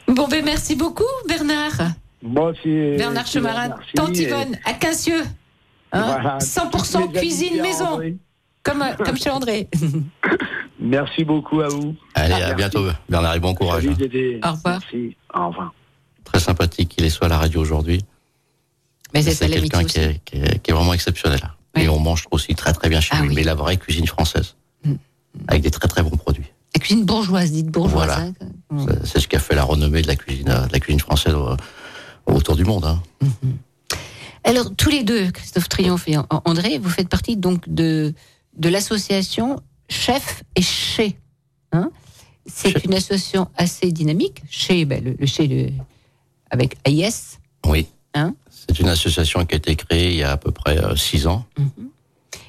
bon, ben merci beaucoup, Bernard. Moi c'est Bernard c'est- Chemarin, merci, Tante et- Yvonne, à Quincieux. Hein, Voilà, toutes 100% mes cuisine amitiés à maison, André. comme, comme chez André. Merci beaucoup à vous. Allez, à bientôt, Bernard, et bon courage. Salut hein. Dédé. Au revoir. Merci. Au revoir. Très sympathique qu'il soit à la radio aujourd'hui. Mais c'est ça, C'est l'amitié quelqu'un aussi. hein. qui est, qui est- qui est vraiment exceptionnel. Et on mange aussi très très bien chez lui, mais la vraie cuisine française. Ah Mm. avec des très très bons produits. La cuisine bourgeoise, dites bourgeoise. Voilà. hein. C'est- C'est ce qui a fait la renommée de la cuisine, euh, de la cuisine française au- autour du monde. hein. Alors, tous les deux, Christophe Triomphe et An- André, vous faites partie donc de, de l'association Chef et Chez. hein. C'est une association assez dynamique. Chez, ben, le, le Chez le- avec AIS. Oui. Hein C'est une association qui a été créée il y a à peu près euh, six ans.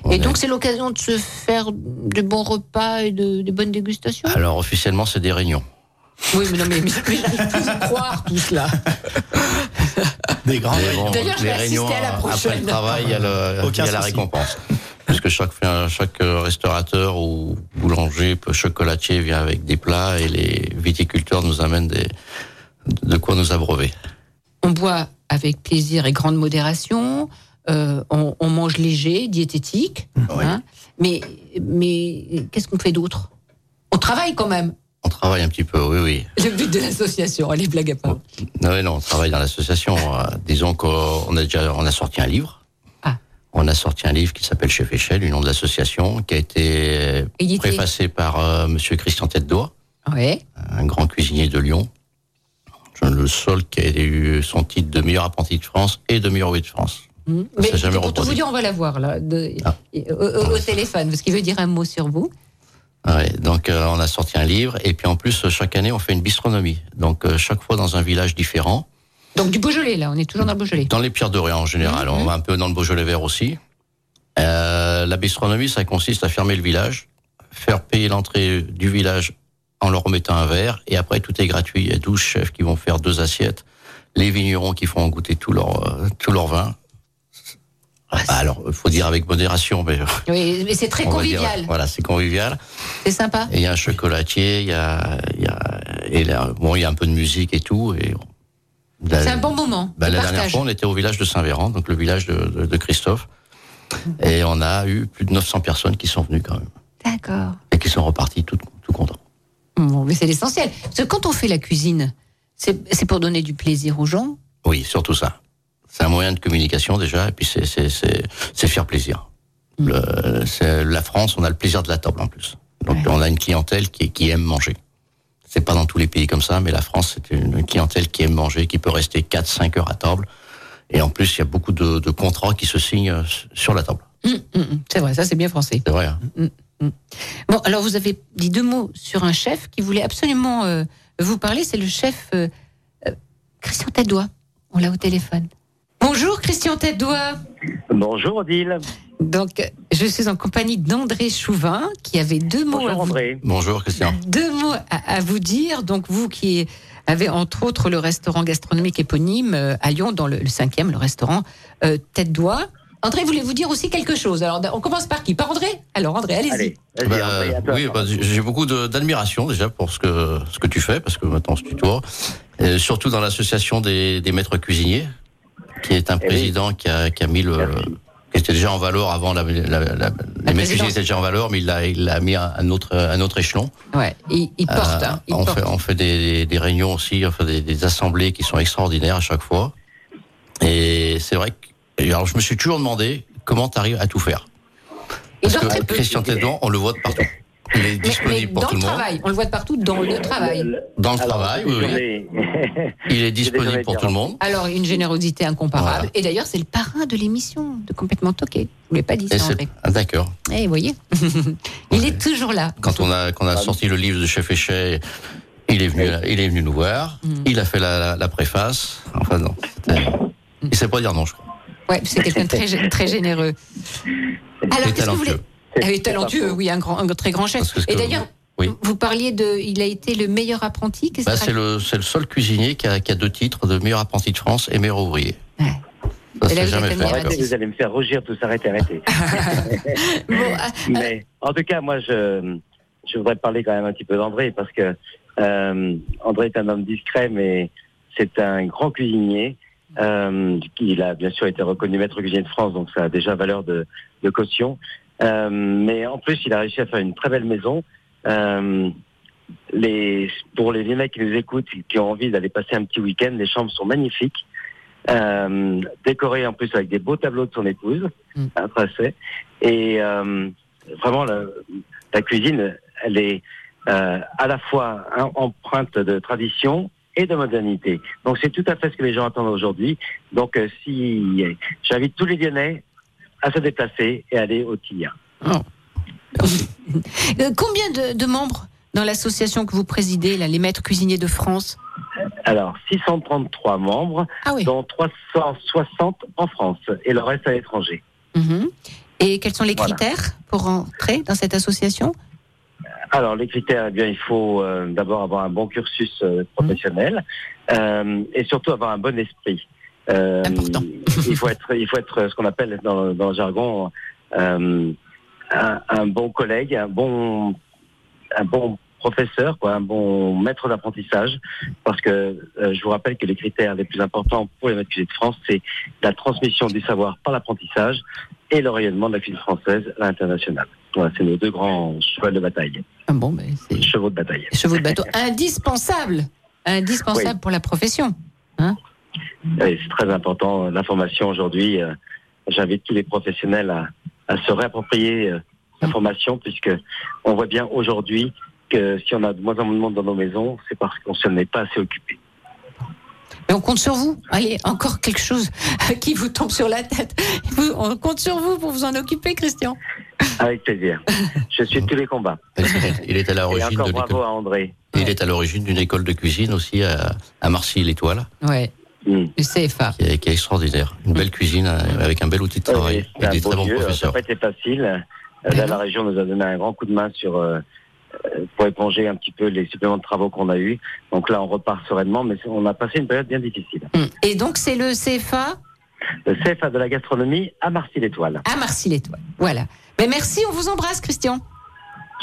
On Mhm. et donc, est- c'est l'occasion de se faire de bons repas et de, de bonnes dégustations. Alors officiellement, c'est des réunions. Oui, mais non, mais, mais, mais j'arrive plus à croire tout cela. Des grandes réunions. Ah D'ailleurs, je les vais assister réunions à la euh, prochaine. après le travail, il y a, le- Ah Aucun il y a la souci. récompense. Parce que chaque, chaque euh, restaurateur ou boulanger, peu- chocolatier vient avec des plats et les viticulteurs nous amènent des, de quoi nous abreuver. On boit avec plaisir et grande modération. euh, on, on mange léger, diététique. hein. mais mais qu'est-ce qu'on fait d'autre On travaille quand même. On travaille un petit peu, oui, oui. Le but de l'association, allez, blague à part. Non, mais non, on travaille dans l'association. Euh, Disons qu'on a déjà, on a sorti un livre. On a sorti un livre qui s'appelle Chef Échelle, du nom de l'association, qui a été Édité. préfacé par euh, Monsieur Christian Tête d'Oie, Ouais. un grand cuisinier de Lyon. Je- Le seul qui a eu son titre de meilleur apprenti de France et de meilleur ouvrier de France. Mhm. Ça s'est jamais Ah. pour tout vous reproduit. dire, on va la voir là, de- et- au, au- au téléphone, parce qu'il veut dire un mot sur vous. Ouais, donc euh, on a sorti un livre et puis en plus euh, chaque année on fait une bistronomie. Donc euh, chaque fois dans un village différent. Donc du Beaujolais, là, on est toujours dans le Beaujolais. Dans les pierres dorées en général, Mhm. on va un peu dans le Beaujolais vert aussi. Euh, la bistronomie, ça consiste à fermer le village, faire payer l'entrée du village en leur remettant un verre, et après tout est gratuit. Il y a 12 chefs qui vont faire deux assiettes, les vignerons qui font goûter tout leur, euh, tout leur vin. Bah alors, faut dire avec modération, mais Oui, mais c'est très on va dire, convivial, voilà, c'est convivial. c'est sympa. Et il y a un chocolatier, il y a, il y a, et là, bon, il y a un peu de musique et tout. Et C'est un bon moment. bah, de la dernière partage. fois, on était au village de Saint-Véran, donc le village de, de- de Christophe. Et on a eu plus de 900 personnes qui sont venues quand même. D'accord. Et qui sont reparties toutes. Bon, mais c'est l'essentiel. Parce que quand on fait la cuisine, c'est c'est pour donner du plaisir aux gens. Oui, surtout ça. C'est un moyen de communication déjà, et puis c'est- c'est- c'est c'est faire plaisir. Le- c'est- la France, on a le plaisir de la table en plus. Donc on a une clientèle qui, qui aime manger. C'est pas dans tous les pays comme ça, mais la France, c'est une, une clientèle qui aime manger, qui peut rester 4-5 heures à table. Et en plus, il y a beaucoup de, de contrats qui se signent euh, sur la table. Hum, hum, hum. C'est vrai, ça c'est bien français. C'est vrai. hein. Bon, alors vous avez dit deux mots sur un chef qui voulait absolument euh, vous parler. C'est le chef euh, euh, Christian Tadois. On l'a au téléphone. Bonjour Christian Tadois. Bonjour Odile. Donc, je suis en compagnie d'André Chauvin qui avait deux mots à Bonjour vous André. Bonjour Christian. deux mots à, à vous dire. Donc, vous qui avez entre autres le restaurant gastronomique éponyme euh, à Lyon, dans le, le cinquième, le restaurant euh, Tête d'Oie. André voulait vous dire aussi quelque chose. Alors, on commence par qui Par André Alors, André, allez-y. Bah, oui, bah, j'ai- j'ai beaucoup de- d'admiration déjà pour ce que ce que tu fais parce que maintenant tu tutoie, Et surtout dans l'association des, des maîtres cuisiniers, qui est un président qui a qui a mis le qui était déjà en valeur avant la, la- la- les maîtres cuisiniers étaient déjà en valeur, mais il l'a il l'a mis à un autre un autre échelon. Ouais, il, il porte. Euh, hein, il on, porte. Fait, on fait des, des- des réunions aussi, on fait des, des assemblées qui sont extraordinaires à chaque fois. Et c'est vrai que et alors je me suis toujours demandé comment tu arrives à tout faire. Parce dans que très peu de Christian temps. Tedouan, on le voit de partout. Il est Mais- mais disponible pour dans tout le le monde. travail, on le voit de partout dans le travail. Dans le travail, oui, Ah oui. Il est disponible pour tout le monde. Alors, une générosité incomparable. Et d'ailleurs, c'est le parrain de l'émission, de complètement toqué. Je vous l'ai pas dit, Et ça, c'est- André. Ah, D'accord. Eh, vous voyez, il est toujours là. Quand on a, quand on a sorti le livre de Chef Échet, il est venu, il est venu nous voir. Il a fait la, la- la préface. Enfin, non. c'était- Il sait pas dire non, je crois. Ouais, c'est quelqu'un de très, gé- très généreux. Alors, Et qu'est-ce que vous voulez talentueux. Ah oui, talentueux, oui, un, grand, un très grand chef. Et d'ailleurs, vous parliez de. Il a été le meilleur apprenti. qu'est-ce Bah, que- c'est le, c'est le seul cuisinier qui a, qui a deux titres de meilleur apprenti de France et meilleur ouvrier. Ça Et là, s'est vous, jamais êtes fait. admiratif. encore. vous allez me faire rougir tout ça, arrêtez, arrêtez. Mais en tout cas, moi, je, je voudrais parler quand même un petit peu d'André parce que euh, André est un homme discret, mais c'est un grand cuisinier. Euh, il a bien sûr été reconnu maître cuisinier de France, donc ça a déjà valeur de, de caution. Euh, mais en plus, il a réussi à faire une très belle maison. Euh, les, pour les mecs qui nous écoutent, et qui ont envie d'aller passer un petit week-end, les chambres sont magnifiques, euh, décorées en plus avec des beaux tableaux de son épouse, un tracé. Et euh, vraiment, le- la cuisine, elle est euh, à la fois hein, empreinte de tradition et de modernité. Donc c'est tout à fait ce que les gens attendent aujourd'hui. Donc euh, si j'invite tous les Lyonnais à se déplacer et aller au Tilla. Euh, combien de, de membres dans l'association que vous présidez, là, les maîtres cuisiniers de France Ah Alors 633 membres, dont 360 en France et le reste à l'étranger. Mhm. Et quels sont les Voilà. critères pour entrer dans cette association Alors les critères, eh bien il faut euh, d'abord avoir un bon cursus euh, professionnel euh, et surtout avoir un bon esprit. Euh, il faut être, il faut être euh, ce qu'on appelle dans, dans le jargon euh, un, un bon collègue, un bon, un bon professeur, quoi, un bon maître d'apprentissage, parce que euh, je vous rappelle que les critères les plus importants pour les maîtres cuisiniers de France, c'est la transmission du savoir par l'apprentissage et le rayonnement de la cuisine française à l'international. Voilà, c'est nos deux grands chevaux de bataille. Ah Chevaux de bataille. ben, Chevaux de bateau indispensable, indispensable pour la profession. Oui, c'est très important, la formation aujourd'hui. euh, J'invite tous les professionnels à, à se réapproprier euh, la formation, puisque on voit bien aujourd'hui que si on a de moins en moins de monde dans nos maisons, c'est parce qu'on s'en est pas assez occupé. Mais on compte sur vous. Allez, encore quelque chose qui vous tombe sur la tête. Vous- on compte sur vous pour vous en occuper, Christian. Avec plaisir. Je suis de tous les combats. Il est à Et l'origine de encore bravo l'école. à André. Il est à l'origine d'une école de cuisine aussi à, à Marcy-l'Étoile, Ouais. Mmh. Le CFA. qui, est- qui est extraordinaire. Une belle cuisine euh, avec un bel outil de travail et des très bons Dieu, ça n'a professeurs. pas été facile. Euh, Là, la région nous a donné un grand coup de main sur euh, euh, pour éponger un petit peu les suppléments de travaux qu'on a eus. Donc là, on repart sereinement, mais on a passé une période bien difficile. Hmm. Et donc, c'est le CFA Le CFA de la gastronomie à Marcy-l'Étoile. à Marcy-l'Étoile. Voilà. Mais merci, on vous embrasse, Christian.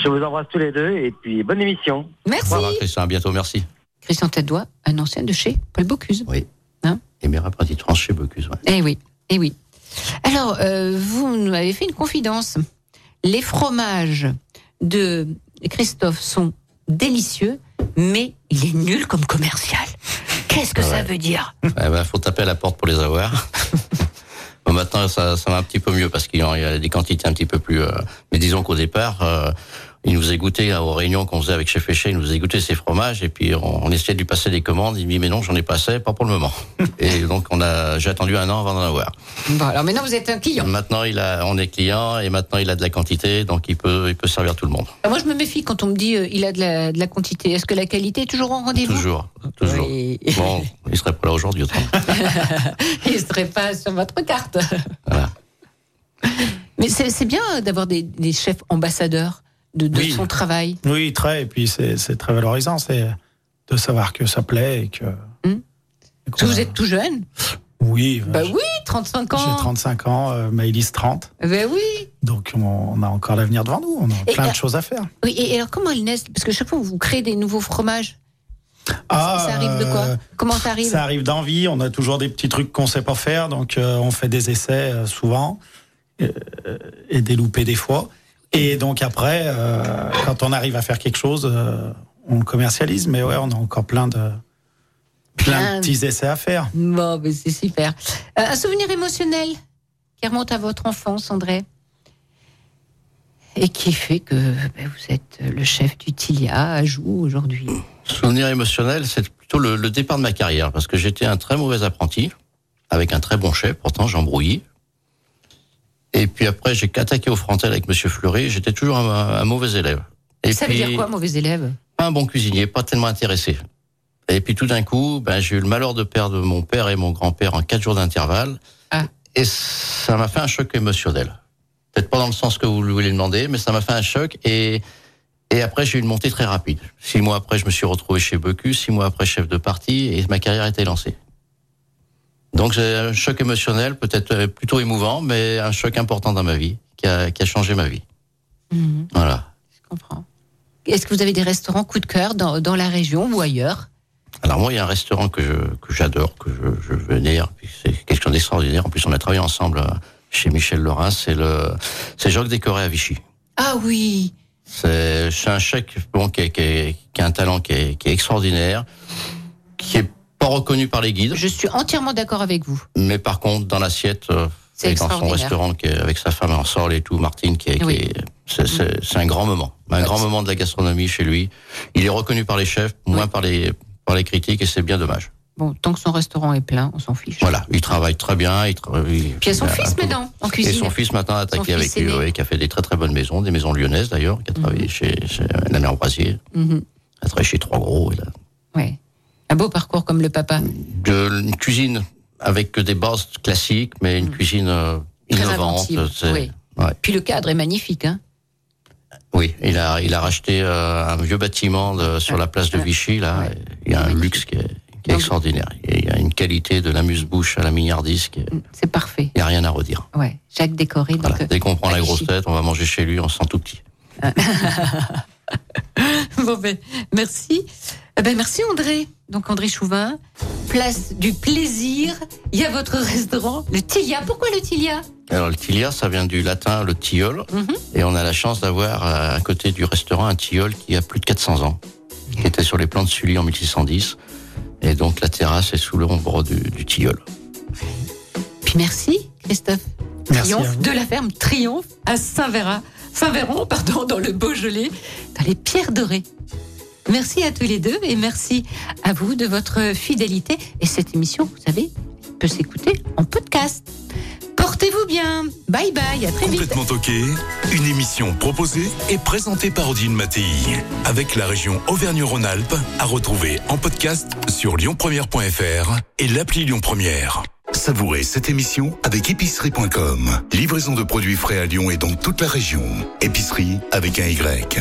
Je vous embrasse tous les deux et puis bonne émission. Merci. Christian, à bientôt, merci. Christian Teddois, un ancien de chez Paul Bocuse. Oui. Hein et Mera Pratit France chez Bocuse. ouais. Eh oui, eh oui. Alors, euh, vous nous avez fait une confidence. Les fromages de Christophe sont délicieux, mais il est nul comme commercial. Qu'est-ce que ça veut dire Eh ben, faut taper à la porte pour les avoir. bon, maintenant, ça, ça va un petit peu mieux parce qu'il y en- il y a des quantités un petit peu plus. euh, Mais disons qu'au départ, euh, il nous faisait goûter hein, aux réunions qu'on faisait avec Chef Féché, il nous faisait goûter ses fromages et puis on, on essayait de lui passer des commandes. Il me dit mais non, j'en ai pas assez, pas pour le moment. et donc on a, j'ai attendu un an avant d'en avoir. Bon, alors maintenant vous êtes un client. Maintenant, il a, on est client et maintenant il a de la quantité, donc il peut, il peut servir tout le monde. Alors, Moi, je me méfie quand on me dit euh, il a de la, de la quantité. Est-ce que la qualité est toujours en rendez-vous Toujours, toujours. Bon, il serait pas là aujourd'hui autrement. Il ne serait pas sur votre carte. Mais c'est c'est bien euh, d'avoir des, des chefs ambassadeurs de, de son travail. Oui, très. Et puis c'est c'est très valorisant, c'est de savoir que ça plaît et que. Parce que Hmm. vous êtes tout jeune. Oui, Bah oui, 35 ans. j'ai 35 ans, euh, Maëlys 30. Ben oui. Donc on, on a encore l'avenir devant nous, on a Et, plein euh, de choses à faire. Oui, et alors comment ils naissent Parce que chaque fois, vous créez des nouveaux fromages. Ah, ça, ça arrive de quoi euh, Comment ça arrive Ça arrive d'envie, on a toujours des petits trucs qu'on sait pas faire, donc euh, on fait des essais euh, souvent euh, et des loupés des fois. Et donc après, euh, quand on arrive à faire quelque chose, euh, on le commercialise, mais ouais, on a encore plein de, plein Plein. de petits essais à faire. Bon, ben c'est super. Euh, un souvenir émotionnel qui remonte à votre enfance, André et qui fait que ben, vous êtes le chef du Tilia à Joux aujourd'hui. Souvenir émotionnel, c'est plutôt le, le départ de ma carrière, parce que j'étais un très mauvais apprenti, avec un très bon chef, pourtant j'embrouillais. Et puis après, j'ai attaqué au frontal avec Monsieur Fleury, j'étais toujours un, un mauvais élève. Et ça puis, veut dire quoi, mauvais élève Pas un bon cuisinier, pas tellement intéressé. Et puis tout d'un coup, ben, j'ai eu le malheur de perdre mon père et mon grand-père en quatre jours d'intervalle, et ça m'a fait un choc émotionnel. Peut-être pas dans le sens que vous le voulez demander, mais ça m'a fait un choc et et après, j'ai eu une montée très rapide. Six mois après, je me suis retrouvé chez Bocuse, six mois après, chef de parti, et ma carrière était lancée. Donc, j'ai un choc émotionnel, peut-être euh, plutôt émouvant, mais un choc important dans ma vie, qui a, qui a changé ma vie. Mmh, Voilà. Est-ce que vous avez des restaurants coup de cœur dans, dans la région ou ailleurs Alors, moi, il y a un restaurant que je, que j'adore, que je, je venais, puis c'est quelque chose d'extraordinaire. En plus, on a travaillé ensemble euh, chez Michel Laurent, c'est le, c'est Jacques Décoré à Vichy. Ah oui C'est c'est un chèque bon, qui, est- qui est- qui a un talent qui est, qui est extraordinaire, qui est pas reconnu par les guides. Je suis entièrement d'accord avec vous. Mais par contre, dans l'assiette, euh, C'est Et dans son extraordinaire. restaurant qui est- avec sa femme en sol et tout, Martine, qui, est- qui est- c'est- c'est c'est un grand moment, un grand moment de la gastronomie chez lui. Il est reconnu par les chefs, moins par les par les critiques, et c'est bien dommage. Bon, tant que son restaurant est plein, on s'en fiche. Voilà, il travaille très bien. Il tra- il- Puis il y a son il fils maintenant, en cuisine. Et son fils maintenant a attaqué fils avec lui, aîné. oui, qui a fait des très très bonnes maisons, des maisons lyonnaises d'ailleurs, qui a travaillé chez, chez Nana Ambroisier, Mhm. a travaillé chez Trois Gros, il a Ouais. Un beau parcours comme le papa. Mm. de une cuisine avec des bases classiques, mais une cuisine euh, Mhm. Très innovante. inventive, c'est- oui. ouais. Puis le cadre est magnifique. Hein Oui, il a, il a racheté euh, un vieux bâtiment de- sur la place de Vichy. Là, il y a un luxe qui est, qui est extraordinaire. Et il y a une qualité de l'amuse-bouche à la mignardise. C'est parfait. Il n'y a rien à redire. ouais. Jacques Décoré. donc, euh, Dès qu'on prend la à grosse Vichy. tête, on va manger chez lui, on se sent tout petit. bon, ben, merci. Eh ben, merci André. Donc André Chauvin, place du plaisir. Il y a votre restaurant, le Tilia. Pourquoi le Tilia Mm-hmm. Alors le tilia, ça vient du latin le tilleul, et on a la chance d'avoir euh, à côté du restaurant un tilleul qui a plus de 400 ans, qui était sur les plans de Sully en 1610, et donc la terrasse est sous l'ombre du, du tilleul. Puis merci Christophe. Merci à Triomphe vous. de la ferme Triomphe à Saint-Véran, Saint-Véran, pardon, dans le Beaujolais, dans les pierres dorées. Merci à tous les deux et merci à vous de votre fidélité. Et cette émission, vous savez, peut s'écouter en podcast. Portez-vous bien. Bye bye. À très vite. Complètement toqué, une émission proposée et présentée par Odile Mattei avec la région Auvergne-Rhône-Alpes à retrouver en podcast sur lyonpremière.fr et l'appli Lyon Première. Savourez cette émission avec épicerie.com. Livraison de produits frais à Lyon et dans toute la région. Épicerie avec un Y.